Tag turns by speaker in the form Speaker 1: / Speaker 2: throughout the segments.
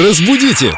Speaker 1: Разбудите!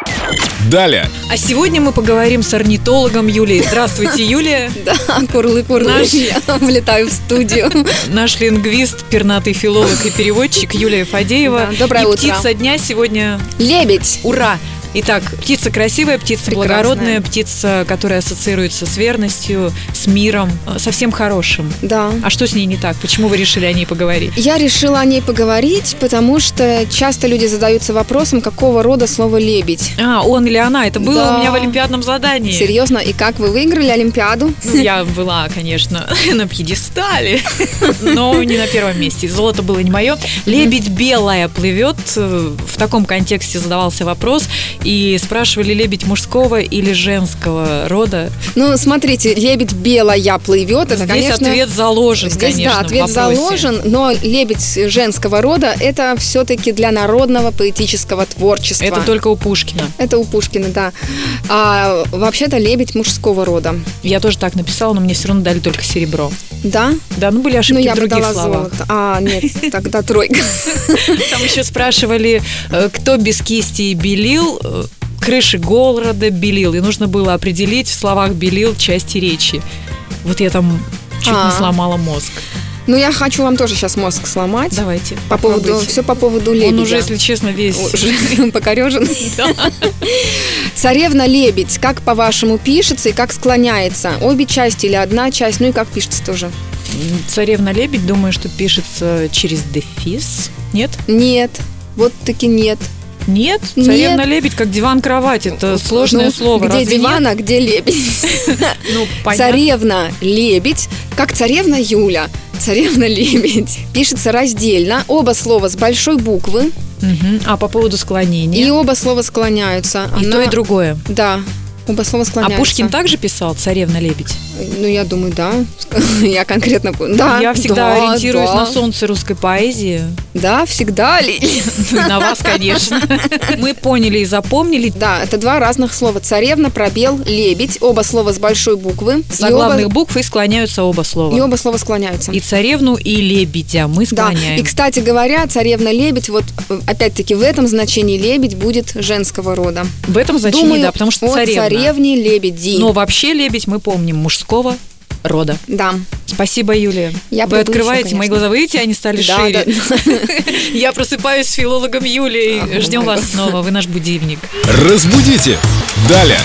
Speaker 1: Далее!
Speaker 2: А сегодня мы поговорим с орнитологом Юлией. Здравствуйте, Юлия.
Speaker 3: Да, курлы-курлы.
Speaker 2: Наш-
Speaker 3: А, Я влетаю в студию.
Speaker 2: Наш лингвист, пернатый филолог и переводчик Юлия Фадеева.
Speaker 3: Да, доброе
Speaker 2: и
Speaker 3: утро.
Speaker 2: птица дня сегодня.
Speaker 3: Лебедь.
Speaker 2: Ура! Итак, птица красивая, птица
Speaker 3: Прекрасная.
Speaker 2: благородная, птица, которая ассоциируется с верностью, с миром, э, со всем хорошим.
Speaker 3: Да.
Speaker 2: А что с ней не так? Почему вы решили о ней поговорить?
Speaker 3: Я решила о ней поговорить, потому что часто люди задаются вопросом, какого рода слово «лебедь».
Speaker 2: А, он или она? Это было
Speaker 3: Да.
Speaker 2: у меня в олимпиадном задании.
Speaker 3: Серьезно, и как вы выиграли Олимпиаду?
Speaker 2: Ну, я была, конечно, на пьедестале, но не на первом месте. Золото было не мое. Лебедь белая плывет. э, В таком контексте задавался вопрос. И спрашивали, лебедь мужского или женского рода.
Speaker 3: Ну, смотрите, лебедь белая плывет. Это,
Speaker 2: Здесь
Speaker 3: конечно,
Speaker 2: ответ заложен,
Speaker 3: Здесь,
Speaker 2: конечно,
Speaker 3: да,
Speaker 2: в
Speaker 3: ответ
Speaker 2: вопросе.
Speaker 3: заложен, но лебедь женского рода – это все-таки для народного поэтического творчества.
Speaker 2: Это только у Пушкина.
Speaker 3: Это у Пушкина, да. А вообще-то лебедь мужского рода.
Speaker 2: Я тоже так написала, но мне все равно дали только серебро.
Speaker 3: Да?
Speaker 2: Да, ну были
Speaker 3: ну,
Speaker 2: ошибки
Speaker 3: я
Speaker 2: в других
Speaker 3: продала
Speaker 2: словах.
Speaker 3: золото. А, нет, тогда тройка.
Speaker 2: Там еще спрашивали, э, кто без кисти и белил, э, крыши города белил. И нужно было определить в словах белил части речи. Вот я там чуть
Speaker 3: А.
Speaker 2: не сломала мозг.
Speaker 3: Ну, я хочу вам тоже сейчас мозг сломать.
Speaker 2: Давайте.
Speaker 3: По поводу,
Speaker 2: попробуйте.
Speaker 3: все по поводу лебедя.
Speaker 2: Он уже, если честно, весь...
Speaker 3: Уже покорежен.
Speaker 2: Да.
Speaker 3: Царевна лебедь, как по-вашему пишется и как склоняется? Обе части или одна часть? Ну и как пишется тоже?
Speaker 2: Царевна лебедь, думаю, что пишется через дефис. Нет?
Speaker 3: Нет. Вот таки нет.
Speaker 2: Нет?
Speaker 3: Нет.
Speaker 2: Царевна лебедь как диван кровать. Это сложное
Speaker 3: Ну,
Speaker 2: слово.
Speaker 3: Где
Speaker 2: Разве
Speaker 3: диван, а где лебедь?
Speaker 2: нет? Ну, понятно.
Speaker 3: Царевна лебедь, как царевна Юля. Царевна лебедь. Пишется раздельно. Оба слова с большой буквы.
Speaker 2: Мгм. А по поводу склонения?
Speaker 3: И оба слова склоняются.
Speaker 2: И то,
Speaker 3: Она-
Speaker 2: и другое.
Speaker 3: Да. Оба слова
Speaker 2: А
Speaker 3: склоняются.
Speaker 2: Пушкин также писал «Царевна лебедь»?
Speaker 3: Ну, я думаю, да. Я конкретно... пон- Да,
Speaker 2: Я всегда
Speaker 3: да,
Speaker 2: ориентируюсь
Speaker 3: да.
Speaker 2: на солнце русской поэзии.
Speaker 3: Да, всегда ли?
Speaker 2: На вас, конечно. Мы поняли и запомнили.
Speaker 3: Да, это два разных слова. Царевна, пробел, лебедь. Оба слова с большой буквы.
Speaker 2: Со
Speaker 3: И оба-
Speaker 2: главных букв и склоняются оба
Speaker 3: И
Speaker 2: слова.
Speaker 3: оба слова склоняются.
Speaker 2: И царевну, и лебедя мы
Speaker 3: Да, и,
Speaker 2: склоняем.
Speaker 3: кстати говоря, царевна-лебедь, вот э, опять-таки в этом значении лебедь будет женского рода.
Speaker 2: В этом значении,
Speaker 3: Думаю,
Speaker 2: да, потому что
Speaker 3: о
Speaker 2: царевна.
Speaker 3: царевне лебеди.
Speaker 2: Но вообще лебедь мы помним мужского рода.
Speaker 3: Да.
Speaker 2: Спасибо, Юлия.
Speaker 3: Я
Speaker 2: Вы
Speaker 3: пойду
Speaker 2: открываете
Speaker 3: ещё,
Speaker 2: мои глаза.
Speaker 3: конечно.
Speaker 2: Вы видите, они стали
Speaker 3: Да,
Speaker 2: шире.
Speaker 3: да.
Speaker 2: Я просыпаюсь с филологом Юлией.
Speaker 3: Oh
Speaker 2: Ждем
Speaker 3: my
Speaker 2: вас
Speaker 3: God.
Speaker 2: снова. Вы наш будильник.
Speaker 1: Разбудите! Далее!